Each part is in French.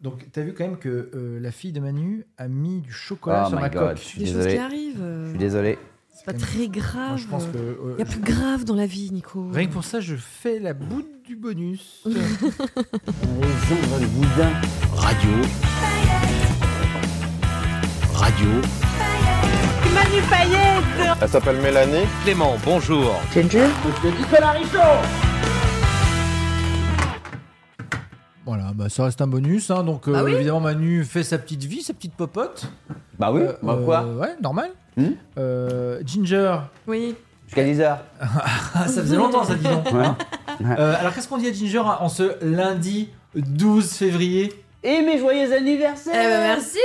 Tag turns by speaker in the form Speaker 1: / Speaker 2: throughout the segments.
Speaker 1: Donc, t'as vu quand même que euh, la fille de Manu a mis du chocolat
Speaker 2: Oh
Speaker 1: sur
Speaker 2: my
Speaker 1: ma
Speaker 2: God.
Speaker 1: coque.
Speaker 2: Je suis
Speaker 3: Des choses
Speaker 2: désolé.
Speaker 3: qui arrivent. euh,
Speaker 2: Je suis désolé.
Speaker 3: C'est pas très grave.
Speaker 1: Moi, je pense que. euh,
Speaker 3: Il y a plus grave dans la vie, Nico.
Speaker 1: Rien que pour ça, je fais la boute du bonus.
Speaker 2: Les ombres de boudin.
Speaker 4: Radio. Radio.
Speaker 5: Elle s'appelle Mélanie.
Speaker 6: Clément, bonjour.
Speaker 1: voilà, bah, ça reste un bonus. hein, donc,
Speaker 2: Ah
Speaker 1: euh,
Speaker 3: Bah oui.
Speaker 1: évidemment, Manu fait sa petite vie, sa petite popote.
Speaker 2: Bah oui,
Speaker 1: Euh,
Speaker 2: bah
Speaker 1: euh,
Speaker 2: quoi
Speaker 1: Ouais, normal.
Speaker 2: Hmm
Speaker 1: Euh, Ginger.
Speaker 3: Oui.
Speaker 2: Jusqu'à Hein 10h.
Speaker 1: Ah, ça faisait longtemps, ça, dis donc. Euh, alors, qu'est-ce qu'on dit à Ginger en ce lundi 12 février
Speaker 2: Et mes joyeux
Speaker 3: Eh
Speaker 2: anniversaires
Speaker 3: ben merci.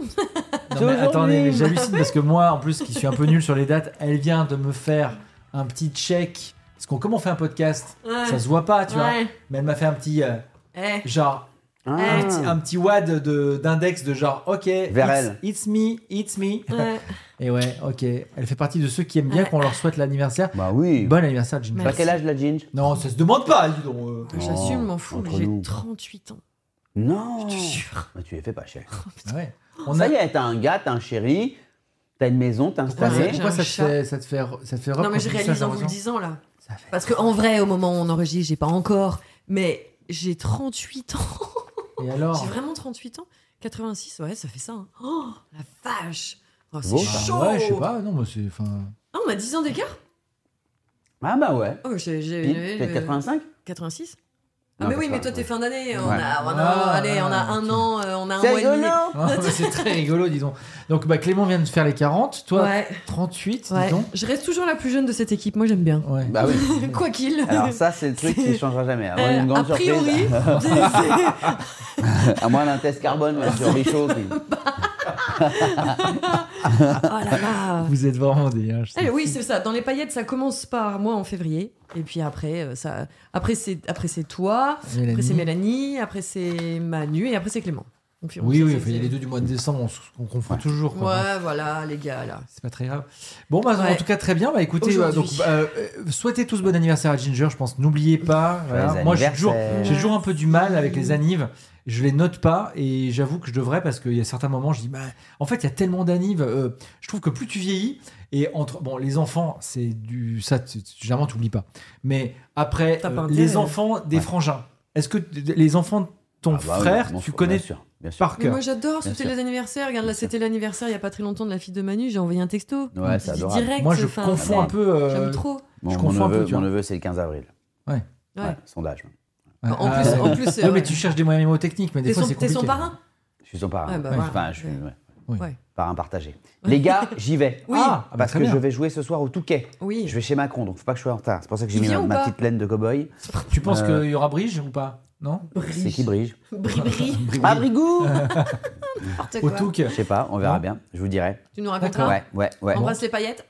Speaker 1: Non,
Speaker 2: C'est
Speaker 1: mais
Speaker 2: aujourd'hui.
Speaker 1: attendez, mais j'hallucine parce que moi, en plus, qui suis un peu nul sur les dates, elle vient de me faire un petit check. Parce qu'on, comme on fait un podcast,
Speaker 3: Ouais.
Speaker 1: ça se voit pas, tu vois.
Speaker 3: Ouais.
Speaker 1: Mais elle m'a fait un petit, euh,
Speaker 3: Eh.
Speaker 1: genre,
Speaker 2: Ah.
Speaker 1: un petit, un petit wad de- d'index de, genre, ok,
Speaker 2: Vers
Speaker 1: it's,
Speaker 2: elle.
Speaker 1: it's me, it's me.
Speaker 3: Ouais.
Speaker 1: Et ouais, ok. Elle fait partie de ceux qui aiment bien qu'on leur souhaite l'anniversaire.
Speaker 2: Bah oui.
Speaker 1: Bon anniversaire, Ginger.
Speaker 2: T'as quel âge la Ginge
Speaker 1: Non, ça se demande pas, dis donc. euh.
Speaker 3: J'assume, m'en fous,
Speaker 2: entre
Speaker 3: mais j'ai
Speaker 2: nous.
Speaker 3: 38 ans.
Speaker 2: Non
Speaker 1: Oh.
Speaker 3: Je te jure.
Speaker 2: Bah, Tu les fais pas cher.
Speaker 1: Ah ouais. On
Speaker 2: ça
Speaker 1: a-
Speaker 2: y est, t'as un gars, t'as un chéri, t'as une maison, t'as
Speaker 1: Pourquoi,
Speaker 3: Ouais,
Speaker 2: installé.
Speaker 3: j'ai
Speaker 1: pourquoi
Speaker 3: un
Speaker 1: ça, te
Speaker 3: chat.
Speaker 1: fait, ça te fait, ça te fait
Speaker 3: non, mais je réalise en vous le
Speaker 1: disant.
Speaker 3: disant là.
Speaker 1: Ça fait-
Speaker 3: Parce qu'en vrai, au moment où on enregistre, j'ai pas encore. Mais j'ai 38 ans.
Speaker 1: Et alors
Speaker 3: J'ai vraiment 38 ans 86, ouais, ça fait ça. hein. Oh, la vache Oh, C'est
Speaker 2: Bon,
Speaker 1: Bah,
Speaker 3: chaud
Speaker 1: Ouais, je sais pas, non, mais c'est. enfin,
Speaker 3: Ah, on a 10 ans d'écart
Speaker 2: Ah bah ouais.
Speaker 3: Oh, j'ai... j'ai-
Speaker 2: Pile,
Speaker 3: j'ai-
Speaker 2: T'as
Speaker 3: euh,
Speaker 2: 85
Speaker 3: 86
Speaker 2: Non,
Speaker 3: Ah, mais oui,
Speaker 2: 80,
Speaker 3: mais toi, t'es
Speaker 2: ouais.
Speaker 3: fin d'année. hein. On,
Speaker 2: Ouais.
Speaker 3: a, on, a,
Speaker 1: Ah,
Speaker 3: allez, on a
Speaker 1: ah,
Speaker 3: un
Speaker 1: ok.
Speaker 3: an, euh, on a un
Speaker 2: C'est
Speaker 3: mois et demi.
Speaker 2: rigolo
Speaker 1: Non, Ah, mais c'est très rigolo, disons. Donc, bah, Clément vient de faire les 40, toi,
Speaker 3: Ouais,
Speaker 1: 38,
Speaker 3: ouais.
Speaker 1: disons.
Speaker 3: Je reste toujours la plus jeune de cette équipe, moi j'aime bien.
Speaker 1: Ouais.
Speaker 2: Bah oui.
Speaker 3: Quoi qu'il.
Speaker 2: Alors ça, c'est le truc qui
Speaker 3: C'est-
Speaker 2: changera jamais. À moins
Speaker 3: Euh,
Speaker 2: d'une
Speaker 3: a
Speaker 2: grande
Speaker 3: priori,
Speaker 2: surprise.
Speaker 3: c'est-
Speaker 2: À moins d'un test carbone ouais, sur Richaud. qui-
Speaker 3: oh là là.
Speaker 1: Vous êtes vraiment des hein, je sais.
Speaker 3: Eh oui, c'est ça. Dans les paillettes, ça commence par moi en février, et puis après, euh, ça, après c'est, après c'est toi,
Speaker 1: Mélanie.
Speaker 3: après c'est Mélanie, après c'est Manu, et après c'est Clément. Donc, on
Speaker 1: Oui,
Speaker 3: sait,
Speaker 1: oui,
Speaker 3: c'est-
Speaker 1: enfin, il y a les deux du mois de décembre, on, se- on confond toujours.
Speaker 3: Ouais,
Speaker 1: quoi.
Speaker 3: voilà, les gars là.
Speaker 1: C'est pas très grave. Bon, bah, en
Speaker 3: Ouais.
Speaker 1: tout cas, très bien. Bah, écoutez, bah, donc,
Speaker 3: Aujourd'hui.
Speaker 1: bah, euh, souhaitez tous bon anniversaire à Ginger, je pense. N'oubliez pas. voilà.
Speaker 2: Joyeux
Speaker 1: Moi, j'ai toujours,
Speaker 2: anniversaire.
Speaker 1: j'ai toujours un peu du mal avec
Speaker 3: Mmh.
Speaker 1: les annives. Je les note pas et j'avoue que je devrais parce qu'il y a certains moments, je dis, bah, en fait, il y a tellement d'annives. euh, je trouve que plus tu vieillis et entre, bon, les enfants, c'est du, ça, tu- tu- généralement, t'oublies pas. Mais après,
Speaker 3: T'as pas
Speaker 1: euh,
Speaker 3: intérêt.
Speaker 1: les enfants des
Speaker 2: Ouais.
Speaker 1: frangins. Est-ce que t- les enfants de ton
Speaker 2: Ah bah oui,
Speaker 1: frère,
Speaker 2: mon
Speaker 1: tu
Speaker 2: fr-
Speaker 1: connais
Speaker 2: Bien sûr, bien sûr.
Speaker 1: par
Speaker 3: Mais
Speaker 1: cœur
Speaker 3: moi j'adore,
Speaker 2: Bien
Speaker 3: c'était
Speaker 2: sûr.
Speaker 3: les anniversaires. Regarde,
Speaker 2: Bien
Speaker 3: là
Speaker 2: sûr.
Speaker 3: c'était l'anniversaire il y a pas très longtemps de la fille de Manu, j'ai envoyé un texto.
Speaker 2: Ouais, c'est
Speaker 3: Dis-
Speaker 2: adorable.
Speaker 3: direct,
Speaker 1: Moi, je
Speaker 3: enfin,
Speaker 2: Ah,
Speaker 1: confonds un peu. euh,
Speaker 3: J'aime trop.
Speaker 2: Mon,
Speaker 1: Je
Speaker 2: mon
Speaker 1: confonds un
Speaker 2: neveu,
Speaker 1: peu, tu
Speaker 2: mon
Speaker 1: vois.
Speaker 2: neveu, c'est le 15 avril.
Speaker 3: Ouais.
Speaker 2: Ouais, sondage.
Speaker 1: ouais,
Speaker 3: En
Speaker 2: Ah,
Speaker 1: ouais,
Speaker 3: plus,
Speaker 1: ouais.
Speaker 3: en plus,
Speaker 1: Ouais,
Speaker 3: euh,
Speaker 1: mais tu cherches des moyens mémotechniques, mais des
Speaker 3: t'es
Speaker 1: fois
Speaker 3: son,
Speaker 1: c'est
Speaker 3: t'es
Speaker 1: compliqué.
Speaker 3: son parrain.
Speaker 2: Je suis son parrain.
Speaker 3: Ouais, bah
Speaker 2: Ouais.
Speaker 3: voilà.
Speaker 2: Enfin, je suis ouais,
Speaker 1: Oui.
Speaker 3: Ouais.
Speaker 2: parrain partagé. Les gars, j'y vais.
Speaker 3: Oui.
Speaker 1: Ah, bah,
Speaker 2: Parce
Speaker 1: très
Speaker 2: que
Speaker 1: bien.
Speaker 2: je vais jouer ce soir au Touquet.
Speaker 3: Oui.
Speaker 2: Je vais chez Macron, donc faut pas que je sois en retard. C'est pour ça que j'ai
Speaker 3: Il
Speaker 2: mis
Speaker 3: vient
Speaker 2: ma,
Speaker 3: ou
Speaker 2: ma
Speaker 3: pas
Speaker 2: petite laine de cow-boy.
Speaker 1: Tu penses
Speaker 2: Euh,
Speaker 1: qu'il y aura Brige ou pas Non
Speaker 2: C'est qui Brige
Speaker 3: Bri bri.
Speaker 2: Ah, Brigou
Speaker 3: N'importe
Speaker 1: Au
Speaker 3: quoi.
Speaker 1: Touc.
Speaker 2: Je sais pas, on verra
Speaker 1: Non.
Speaker 2: bien. Je vous dirai.
Speaker 3: Tu nous
Speaker 1: Ah.
Speaker 3: raconteras.
Speaker 2: Ouais, ouais, ouais.
Speaker 3: Hein Embrasse les paillettes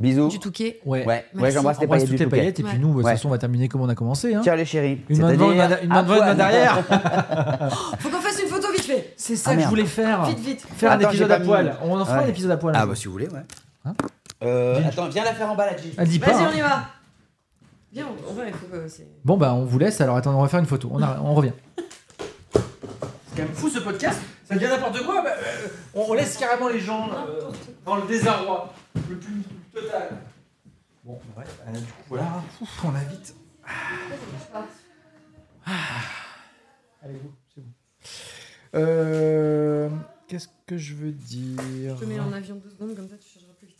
Speaker 2: Bisous.
Speaker 3: du touquet.
Speaker 1: Ouais.
Speaker 2: Ouais, ouais
Speaker 3: Merci.
Speaker 2: j'embrasse les
Speaker 1: Embrasse
Speaker 2: paillettes
Speaker 1: toutes
Speaker 2: du
Speaker 1: les
Speaker 2: Touquet.
Speaker 1: paillettes et puis nous, bah, de toute
Speaker 2: Ouais.
Speaker 1: façon, on va terminer comme on a commencé. hein.
Speaker 2: Tiens les chéris.
Speaker 1: Une main devant, une main
Speaker 2: C'est-à-dire
Speaker 1: de- une main devant, une main
Speaker 2: à poil.
Speaker 1: derrière.
Speaker 3: Faut qu'on fasse une photo vite fait.
Speaker 1: C'est ça
Speaker 2: Ah,
Speaker 1: que je
Speaker 2: merde.
Speaker 1: voulais faire.
Speaker 3: Vite, vite.
Speaker 1: Faire
Speaker 2: Attends,
Speaker 1: un épisode
Speaker 2: j'ai
Speaker 1: à
Speaker 2: pas mis-
Speaker 1: poil. On en fera
Speaker 2: Ouais.
Speaker 1: un épisode à poil.
Speaker 2: Ah bah si vous voulez, ouais.
Speaker 1: Hein
Speaker 2: Euh, attends, viens la faire en bas la Gigi.
Speaker 1: Elle dit pas.
Speaker 3: Vas-y,
Speaker 1: hein.
Speaker 3: on y va. Viens, on- on va, il faut que c'est.
Speaker 1: Bon bah on vous laisse. Alors attendez, on va faire une photo. On, arr- on revient. C'est quand même fou ce podcast. Ça devient n'importe quoi. Bah, euh, on, on laisse carrément les gens euh, dans le désarroi le plus total. Bon, ouais, euh, du coup voilà. Ouf, on invite. Ah. Allez, vous, c'est bon. Euh, Qu'est-ce que je veux dire
Speaker 3: Je te mets en avion deux secondes, comme ça tu changeras plus vite.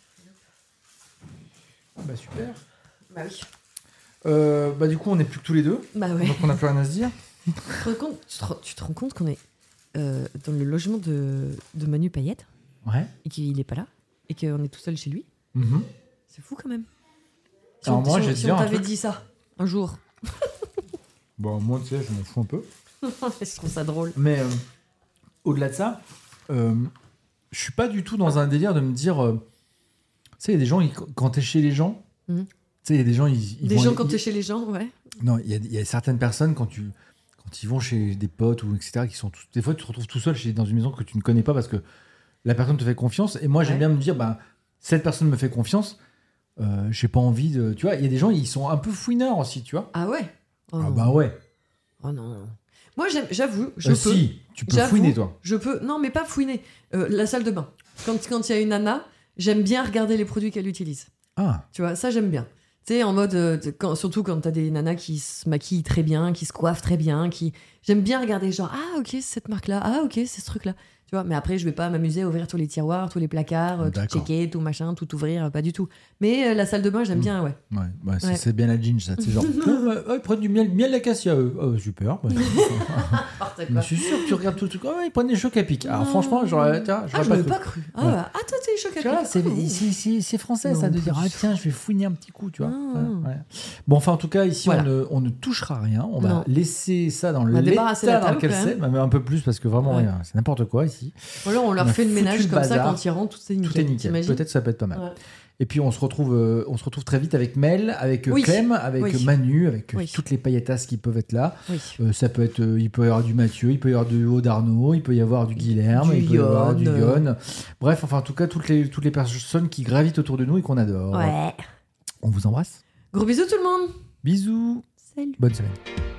Speaker 1: Bah super.
Speaker 3: Bah oui.
Speaker 1: Euh, bah du coup on est plus que tous les deux,
Speaker 3: Bah ouais.
Speaker 1: donc on n'a plus rien à se dire.
Speaker 3: Tu te rends compte, tu te, rends- tu te rends compte qu'on est euh, dans le logement de, de Manu Payette
Speaker 1: Ouais.
Speaker 3: et qu'il est pas là et qu'on est tout seul chez lui
Speaker 1: Mhm.
Speaker 3: C'est fou quand même.
Speaker 1: Alors
Speaker 3: on-
Speaker 1: moi,
Speaker 3: on-
Speaker 1: je vais te
Speaker 3: si
Speaker 1: dire
Speaker 3: on
Speaker 1: un
Speaker 3: t'avait
Speaker 1: truc.
Speaker 3: dit ça un jour.
Speaker 6: Bon, Bah, moi, tu sais, je m'en fous un peu.
Speaker 3: je trouve ça drôle.
Speaker 1: Mais euh, au-delà de ça, euh, je suis pas du tout dans un délire de me dire. euh, tu sais, il y a des gens, ils- quand t'es chez les gens,
Speaker 3: Mhm.
Speaker 1: tu sais, il y a des gens, ils. ils
Speaker 3: Des
Speaker 1: vont-
Speaker 3: gens quand
Speaker 1: ils-
Speaker 3: t'es chez les gens, ouais.
Speaker 1: Non, il y, a- il y a certaines personnes, quand tu. Quand ils vont chez des potes ou etc., qui sont tous- des fois tu te retrouves tout seul chez, dans une maison que tu ne connais pas parce que la personne te fait confiance. Et moi j'aime
Speaker 3: Ouais.
Speaker 1: bien me dire, bah, cette personne me fait confiance, euh, j'ai pas envie de. Tu vois, il y a des gens, ils sont un peu fouinards aussi, tu vois.
Speaker 3: Ah ouais
Speaker 1: ah
Speaker 3: Oh, non.
Speaker 1: bah ouais.
Speaker 3: Oh non. Moi, j'aime- j'avoue, je
Speaker 1: Euh,
Speaker 3: peux.
Speaker 1: si, tu peux
Speaker 3: J'avoue,
Speaker 1: fouiner toi.
Speaker 3: Je peux. Non, mais pas fouiner. Euh, la salle de bain. Quand quand il y a une nana, j'aime bien regarder les produits qu'elle utilise.
Speaker 1: Ah,
Speaker 3: Tu vois, ça j'aime bien. Tu sais, en mode, euh, t- quand- surtout quand t'as des nanas qui se maquillent très bien, qui se coiffent très bien, qui. J'aime bien regarder, genre, ah ok, c'est cette marque-là, ah ok, c'est ce truc-là. Tu vois, mais après, je vais pas m'amuser à ouvrir tous les tiroirs, tous les placards, euh, tout
Speaker 1: D'accord.
Speaker 3: checker, tout machin, tout ouvrir, euh, pas du tout. Mais euh, la salle de bain, j'aime
Speaker 1: Mm.
Speaker 3: bien, ouais.
Speaker 1: ouais, bah, c'est-
Speaker 3: Ouais.
Speaker 1: c'est bien la jean, ça. C'est genre, oh, oh, ils prennent du miel, miel d'acacia, eux. Oh, super. bah, je me suis sûr que tu regardes tout le truc. Oh, ils prennent des chocs à pic. Alors,
Speaker 3: Non.
Speaker 1: franchement, j'aurais tiens,
Speaker 3: Ah,
Speaker 1: j'aurais
Speaker 3: je l'avais
Speaker 1: cru.
Speaker 3: pas cru. Ah,
Speaker 1: Ouais.
Speaker 3: bah, ah, toi, t'es choqué.
Speaker 1: Tu vois, c'est c'est- c'est- c'est français
Speaker 3: Non,
Speaker 1: ça de
Speaker 3: plus.
Speaker 1: dire ah tiens je vais fouiner un petit coup tu vois.
Speaker 3: Ah.
Speaker 1: Ouais, ouais. Bon enfin en tout cas ici
Speaker 3: Voilà.
Speaker 1: on, ne, on ne touchera à rien, on va
Speaker 3: Non.
Speaker 1: laisser ça dans
Speaker 3: va
Speaker 1: l'état
Speaker 3: débarrasser la
Speaker 1: dans
Speaker 3: table,
Speaker 1: lequel
Speaker 3: quand
Speaker 1: c'est, bah, mais un peu plus parce que vraiment
Speaker 3: Ouais.
Speaker 1: rien, c'est n'importe quoi ici.
Speaker 3: Voilà, on leur
Speaker 1: On a
Speaker 3: fait le
Speaker 1: foutu
Speaker 3: ménage
Speaker 1: le
Speaker 3: comme ça
Speaker 1: bazar.
Speaker 3: quand ils rentrent, tout est nickel.
Speaker 1: Tout est nickel.
Speaker 3: t'imagines
Speaker 1: Peut-être ça peut être pas mal.
Speaker 3: Ouais.
Speaker 1: Et puis on se retrouve euh, on se retrouve très vite avec Mel, avec euh,
Speaker 3: Oui.
Speaker 1: Clem, avec
Speaker 3: Oui.
Speaker 1: euh, Manu, avec euh,
Speaker 3: Oui.
Speaker 1: toutes les paillettasses qui peuvent être là.
Speaker 3: Oui.
Speaker 1: Euh, ça peut être, euh, il peut y avoir du Mathieu, il peut y avoir du Haut d'Arnaud, il peut y avoir du Guilherme,
Speaker 3: Du
Speaker 1: il peut y avoir du
Speaker 3: Yon.
Speaker 1: Yon. Bref, enfin en tout cas toutes les toutes les personnes qui gravitent autour de nous et qu'on adore.
Speaker 3: Ouais.
Speaker 1: On vous embrasse.
Speaker 3: Gros bisous tout le monde.
Speaker 1: Bisous.
Speaker 3: Salut.
Speaker 1: Bonne semaine.